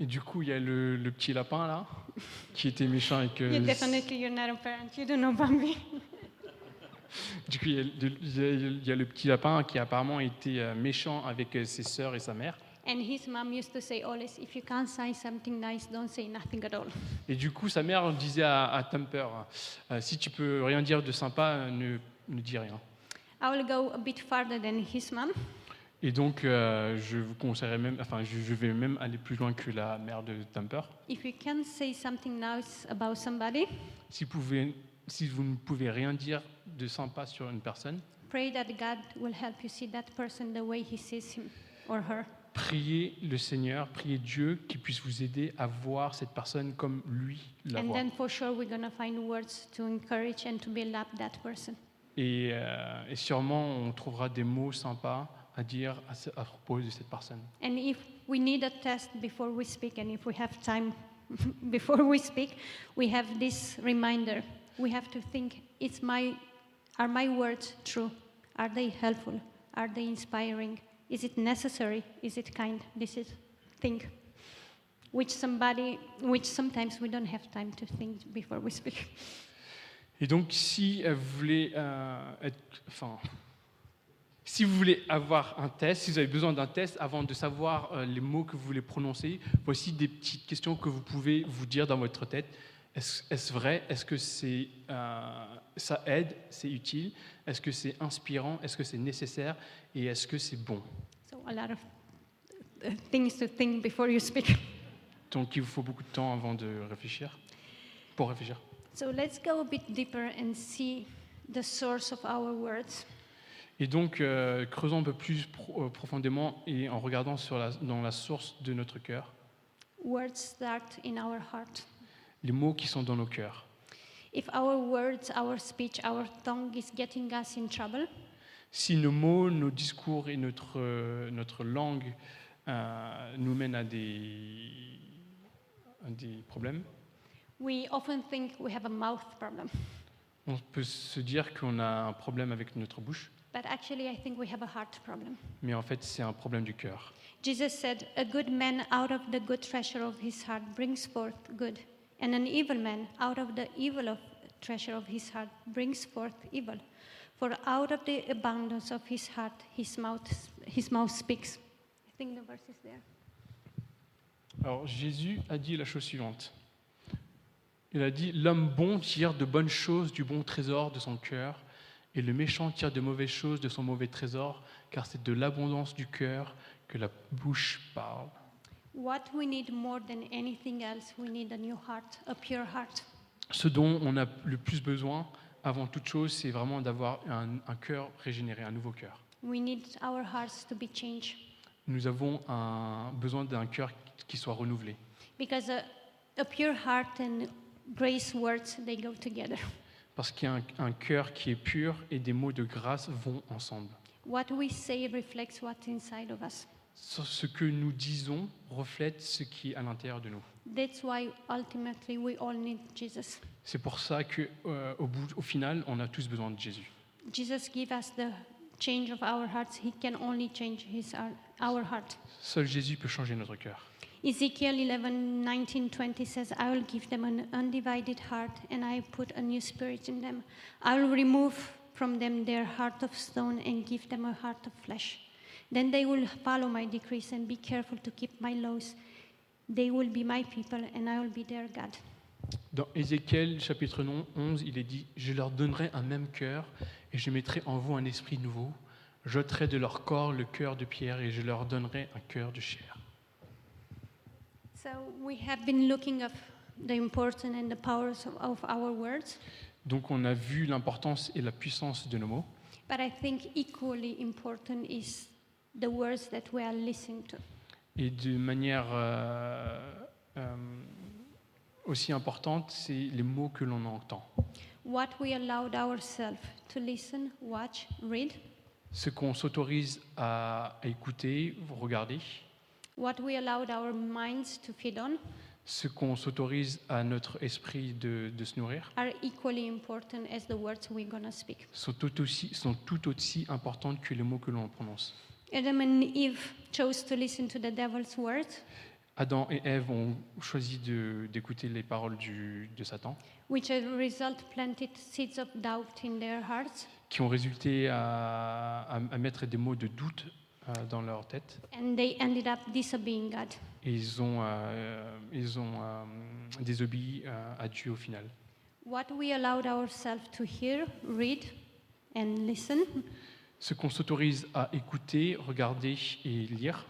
Et du coup, il y a le, le petit lapin là, qui était méchant et que. you definitely, you're not a parent. You don't know Bambi. Du coup, il y, a, le- il y a- il y a le petit lapin qui apparemment était euh, méchant avec euh, ses sœurs et sa mère. And his mom used to say always, if you can't say something nice, don't say nothing at all. Et du coup, sa mère disait à, à Tamper, euh, si tu peux rien dire de sympa, euh, ne, ne dis rien. I will go a bit farther than his mom. Et donc, euh, je vous conseillerais même, enfin, je, je vais même aller plus loin que la mère de Tamper. If you can say something nice about somebody, Si, vous pouvez- si vous ne pouvez rien dire de sympa sur une personne, pray that God will help you see that person the way he sees him or her. priez le Seigneur, priez Dieu qui puisse vous aider à voir cette personne comme lui la and voit. then for sure we're going to find words to encourage and to build up that person. Et, euh, et sûrement, on trouvera des mots sympas à dire à, ce- à propos de cette personne. And if we need a test before we speak, and if we have time before we speak, we have this reminder. We have to think: It's my, are my words true? Are they helpful? Are they inspiring? Is it necessary? Is it kind? This is think. which somebody, which sometimes we don't have time to think before we speak. Et donc, si elle voulait euh, être, enfin, si vous voulez avoir un test, si vous avez besoin d'un test avant de savoir euh, les mots que vous voulez prononcer, voici des petites questions que vous pouvez vous dire dans votre tête. Est-ce est-ce vrai Est-ce que c'est, euh, ça aide C'est utile Est-ce que c'est inspirant Est-ce que c'est nécessaire Et est-ce que c'est bon So a lot of uh, things to think before you speak. Donc, il vous faut beaucoup de temps avant de réfléchir, pour réfléchir. So let's go a bit deeper and see the source of our words. Et donc, euh, creusons un peu plus pro- euh, profondément et en regardant sur la- dans la source de notre cœur, Words start in our heart. les mots qui sont dans nos cœurs. If our words, our speech, our tongue is getting us in trouble, Si nos mots, nos discours et notre, euh, notre langue euh, nous mènent à des, à des problèmes, we often think we have a mouth problem. on peut se dire qu'on a un problème avec notre bouche, But actually, I think we have a heart problem. mais en fait, c'est un problème du cœur. Jesus said, A good man out of the good treasure of his heart brings forth good, and an evil man out of the evil of treasure of his heart brings forth evil. For out of the abundance of his heart, his mouth, his mouth speaks. I think the verse is there. Alors, Jésus a dit la chose suivante. Il a dit L'homme bon tire de bonnes choses du bon trésor de son cœur, et le méchant tire de mauvaises choses de son mauvais trésor, car c'est de l'abondance du cœur que la bouche parle. What we need more than anything else, we need a new heart, a pure heart. Ce dont on a le plus besoin, avant toute chose, c'est vraiment d'avoir un, un cœur régénéré, un nouveau cœur. We need our hearts to be changed Nous avons un, besoin d'un cœur qui soit renouvelé. because a, a pure heart and grace words they go together. Parce qu'un un cœur qui est pur et des mots de grâce vont ensemble. What we say reflects what's inside of us. Ce ce que nous disons reflète ce qui est à l'intérieur de nous. That's why ultimately we all need Jesus. C'est pour ça que, euh, au, bout, au final, on a tous besoin de Jésus. Jesus give us the change of our hearts. He can only change his our, our heart. Seul Jésus peut changer notre cœur. Ezekiel 11, 19, 20 says, I will give them an undivided heart and I put a new spirit in them. I will remove from them their heart of stone and give them a heart of flesh. Then they will follow my decrees and be careful to keep my laws. They will be my people and I will be their God. Dans Ézéchiel chapitre 11, il est dit Je leur donnerai un même cœur, et je mettrai en vous un esprit nouveau. J'ôterai de leur corps le cœur de pierre, et je leur donnerai un cœur de chair. So we have been looking at the importance and the powers of, of our words, Donc, on a vu l'importance et la puissance de nos mots, but I think equally important is the words that we are listening to. et de manière euh, euh, aussi importante, c'est les mots que l'on entend. What we allowed ourselves to listen, watch, read, Ce qu'on s'autorise à, à écouter, regarder, what we allowed our minds to feed on ce qu'on s'autorise à notre esprit de- de se nourrir. are equally important as the words we're going to speak. sont tout aussi, sont tout aussi importantes que les mots que l'on prononce. Adam and Eve chose to listen to the devil's words, Adam et Ève ont choisi de- d'écouter les paroles du- de Satan, which as a result planted seeds of doubt in their hearts. qui ont résulté à, à- à mettre des mots de doute euh, dans leur tête. And they ended up disobeying God. Et ils ont, euh, ils ont euh, désobéi euh, à Dieu au final. What we allowed ourselves to hear, read, and listen Ce qu'on s'autorise à écouter, regarder et lire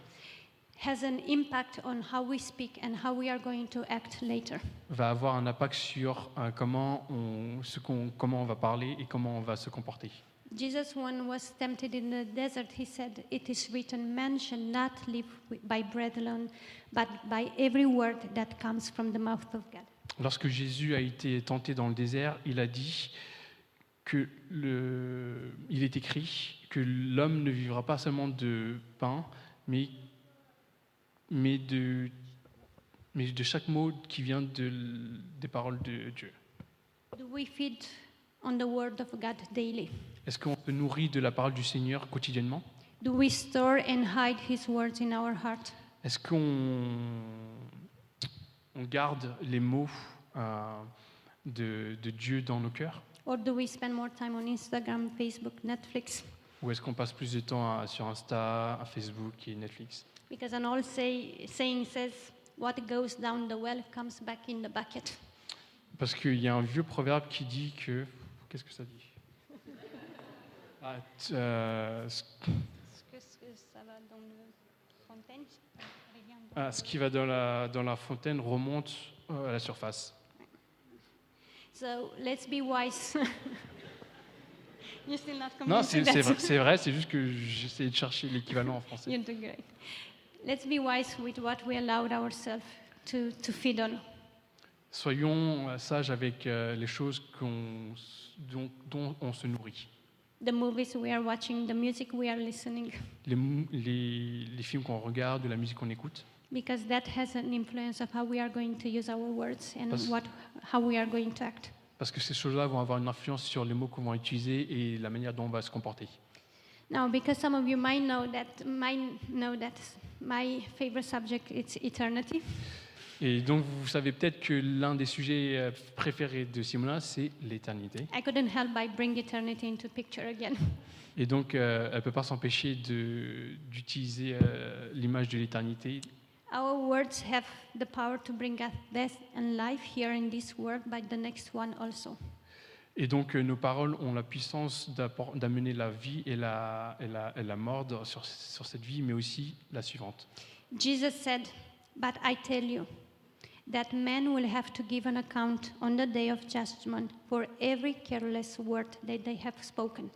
has an impact on how we speak and how we are going to act later. va avoir un impact sur euh, comment, on, ce qu'on, comment on va parler et comment on va se comporter. Jesus, when was tempted in the desert, he said, It is written, man shall not live wi- by bread alone, but by every word that comes from the mouth of God. Lorsque Jésus a été tenté dans le désert, il a dit que le, il est écrit que l'homme ne vivra pas seulement de pain, mais, mais, de, mais de chaque mot qui vient de l- des paroles de Dieu. Do we feed on the word of God daily? Est-ce qu'on se nourrit de la parole du Seigneur quotidiennement Do we store and hide his words in our heart? Est-ce qu'on on garde les mots euh, de, de Dieu dans nos cœurs Or do we spend more time on Instagram, Facebook, Netflix? Ou est-ce qu'on passe plus de temps à- sur Insta, à Facebook et Netflix Because an old say, saying says, what goes down the well comes back in the bucket. Parce qu'il y a un vieux proverbe qui dit que. Qu'est-ce que ça dit Ah, t- euh, ce, ah, ce qui va dans la, dans la fontaine remonte euh, à la surface. So let's be wise. You're still not convinced. Non, of c'est that. c'est vrai, c'est vrai, c'est juste que j'essayais de chercher l'équivalent en français. You're doing great. Let's be wise with what we allowed ourselves to, to feed on. Soyons euh, sages avec euh, les choses qu'on s- dont, dont on se nourrit. The movies we are watching, the music we are listening, Les, mou- les- les films qu'on regarde, la musique qu'on écoute, because that has an influence of how we are going to use our words and Pas- what, how we are going to act. parce que ces choses-là vont avoir une influence sur les mots qu'on va utiliser et la manière dont on va se comporter. Now, because some of you might know that, might know that my favorite subject is eternity. Et donc, vous savez peut-être que l'un des sujets euh, préférés de Simona, c'est l'éternité. I couldn't help but bring eternity into picture again. Et donc, euh, elle ne peut pas s'empêcher de- d'utiliser euh, l'image de l'éternité. Our words have the power to bring us death and life here in this world, but the next one also. Et donc, euh, nos paroles ont la puissance d'appor- d'amener la vie et la, et la- et la mort dans- sur, sur cette vie, mais aussi la suivante. Jesus said, But I tell you that men will have to give an account on the day of judgment for every careless word that they have spoken.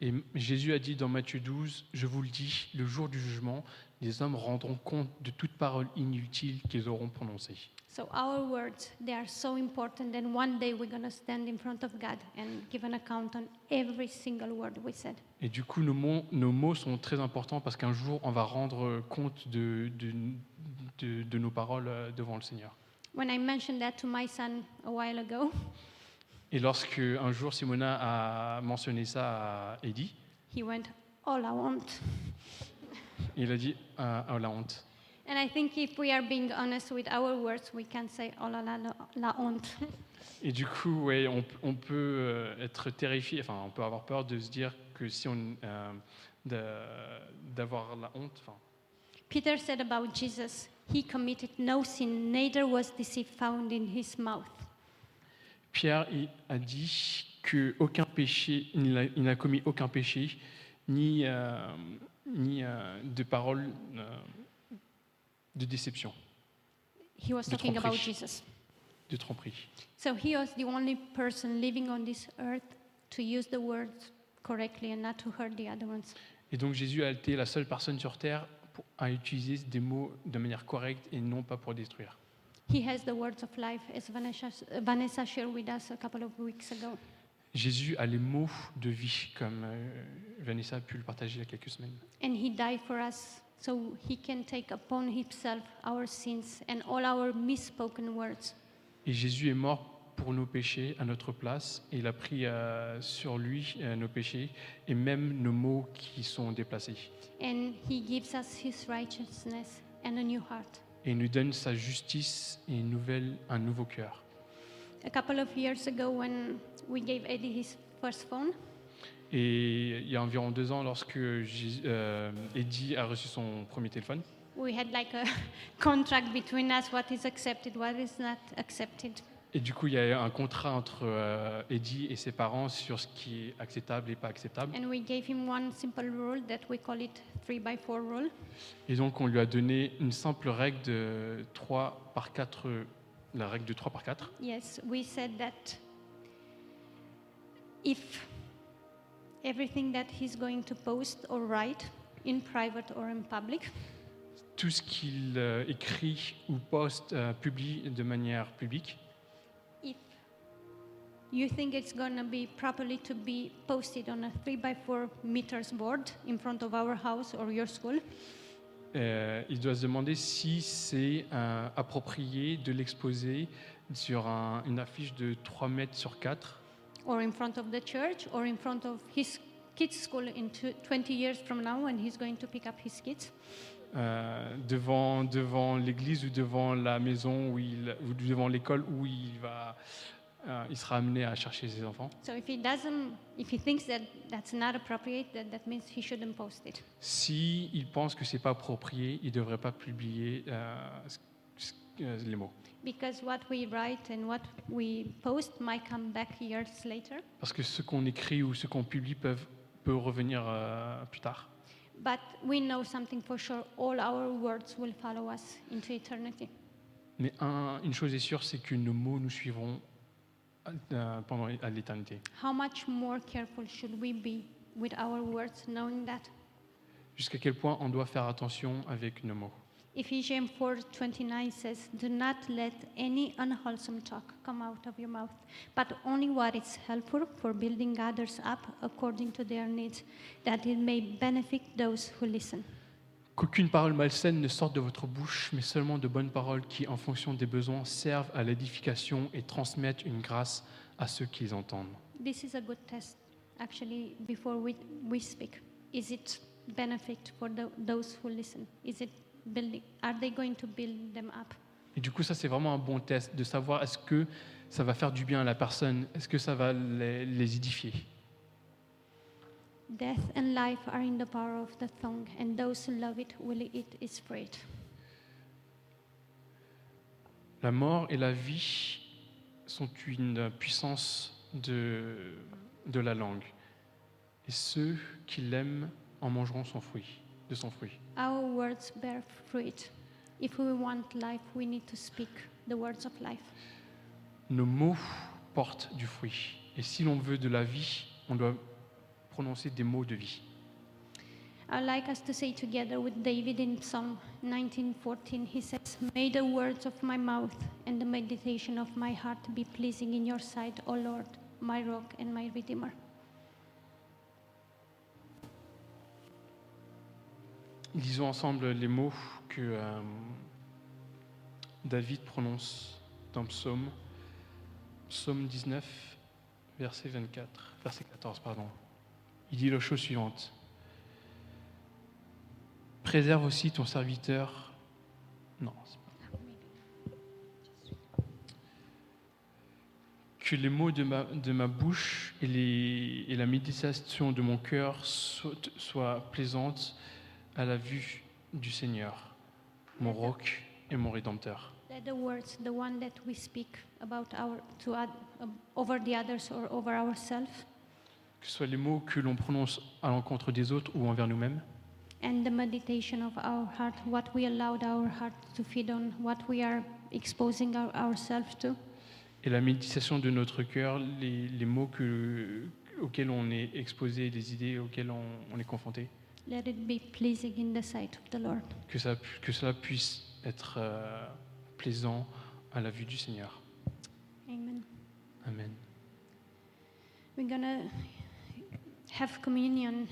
Et M- Jésus a dit dans Matthieu 12, je vous le dis, le jour du jugement, les hommes rendront compte de toute parole inutile qu'ils auront prononcée. So our words, they are so important, and one day we're going to stand in front of God and give an account on every single word we said. Et du coup, nos mots, nos mots sont très importants parce qu'un jour, on va rendre compte de, de, de- de nos paroles euh, devant le Seigneur. When I mentioned that to my son a while ago, Et lorsque un jour Simona a mentionné ça à Eddie, he went, All I want. il a dit Ah, oh, la honte. And I think if we are being honest with our words, we can say "oh la la la, la honte." Et du coup, ouais, on, on peut euh, être terrifié, enfin, on peut avoir peur de se dire que si on euh, d'a- d'avoir la honte, enfin, Peter said about Jesus, he committed no sin, neither was deceit found in his mouth. Pierre il a dit que aucun péché, il n'a- il n'a commis aucun péché, ni, euh, ni euh, de parole euh, de déception, He was De talking about tromperie. Jesus. de tromperie. So he was the only person living on this earth to use the words correctly and not to hurt the other ones. Et donc Jésus a été la seule personne sur terre pour- à utiliser des mots de manière correcte et non pas pour détruire. He has the words of life, as Vanessa, Vanessa shared with us a couple of weeks ago. Jésus a les mots de vie, comme euh, Vanessa a pu le partager il y a quelques semaines. And he died for us so he can take upon himself our sins and all our misspoken words. Et Jésus est mort pour nos péchés à notre place, et il a pris euh, sur lui euh, nos péchés et même nos mots qui sont déplacés. And he gives us his righteousness and a new heart. et il nous donne sa justice et une nouvelle, un nouveau cœur. A couple of years ago, when we gave Eddie his first phone, Et il y a environ deux ans, lorsque Jésus- euh, Eddie a reçu son premier téléphone, we had like a contract between us what is accepted, what is not accepted. et du coup, il y a eu un contrat entre euh, Eddie et ses parents sur ce qui est acceptable et pas acceptable. And we gave him one simple rule that we call it three by four rule. Et donc, on lui a donné une simple règle de 3 par 4, la règle de 3 par 4. Yes, we said that if everything that he's going to post or write in private or in public Tout ce qu'il euh, écrit ou poste, euh, publie de manière publique, if you think it's going to be properly to be posted on a 3 by 4 meters board in front of our house or your school Euh, il doit se demander si c'est euh, approprié de l'exposer sur un- une affiche de 3 mètres sur 4 or in front of the church or in front of his kids school in tw- 20 years from now when he's going to pick up his kids euh, devant, devant l'église ou devant la maison où il, ou devant l'école où il, va, euh, il sera amené à chercher ses enfants. So if he doesn't, if he thinks that that's not appropriate, that, that means he shouldn't post it. S'il pense que ce n'est pas approprié, il ne devrait pas publier euh, ce- ce- euh, les mots. Because what we write and what we post might come back years later. Parce que ce qu'on écrit ou ce qu'on publie peuvent, peut revenir euh, plus tard. But we know something for sure all our words will follow us into eternity. Mais un- une chose est sûre, c'est que nos mots nous suivront euh, pendant à l'éternité. How much more careful should we be with our words, knowing that? Jusqu'à quel point on doit faire attention avec nos mots. Ephesians 4:29 says, "Do not let any unwholesome talk come out of your mouth, but only what is helpful for building others up according to their needs, that it may benefit those who listen." Qu'aucune parole malsaine ne sorte de votre bouche, mais seulement de bonnes paroles qui, en fonction des besoins, servent à l'édification et transmettent une grâce à ceux qui les entendent. This is a good test, actually, before we, we speak. Is it benefit for tho- those who listen? Is it building? Are they going to build them up? Et du coup, ça, c'est vraiment un bon test de savoir est-ce que ça va faire du bien à la personne, est-ce que ça va les, les édifier. Death and life are in the power of the tongue, and those who love it will eat its fruit. La mort et la vie sont une puissance de, de la langue. Et ceux qui l'aiment en mangeront son fruit, de son fruit. Our words bear fruit. If we want life, we need to speak the words of life. Nos mots portent du fruit. Et si l'on veut de la vie, on doit prononcer des mots de vie. I'd like us to say together with David in Psalm 19:14, he says, "May the words of my mouth and the meditation of my heart be pleasing in your sight, O Lord, my rock and my redeemer." Lisons ensemble les mots que euh, David prononce dans Psaume, Psaume 19, verset 24, verset 14, pardon. Il dit la chose suivante. Préserve aussi ton serviteur. Non. c'est pas. Que les mots de ma, de ma bouche et, les- et la méditation de mon cœur soient, soient plaisantes à la vue du Seigneur, mon roc et mon rédempteur. Let the words, the one that we speak about our to oth- um, over the others or over ourselves, Que ce soit les mots que l'on prononce à l'encontre des autres ou envers nous-mêmes, and the meditation of our heart, what we allowed our heart to feed on, what we are exposing our, ourselves to, et la méditation de notre cœur, les, les mots que, auxquels on est exposé, les idées auxquelles on, on est confronté, let it be pleasing in the sight of the Lord. que, ça, pu- que cela puisse être euh, plaisant à la vue du Seigneur. Amen. Amen. We're gonna have communion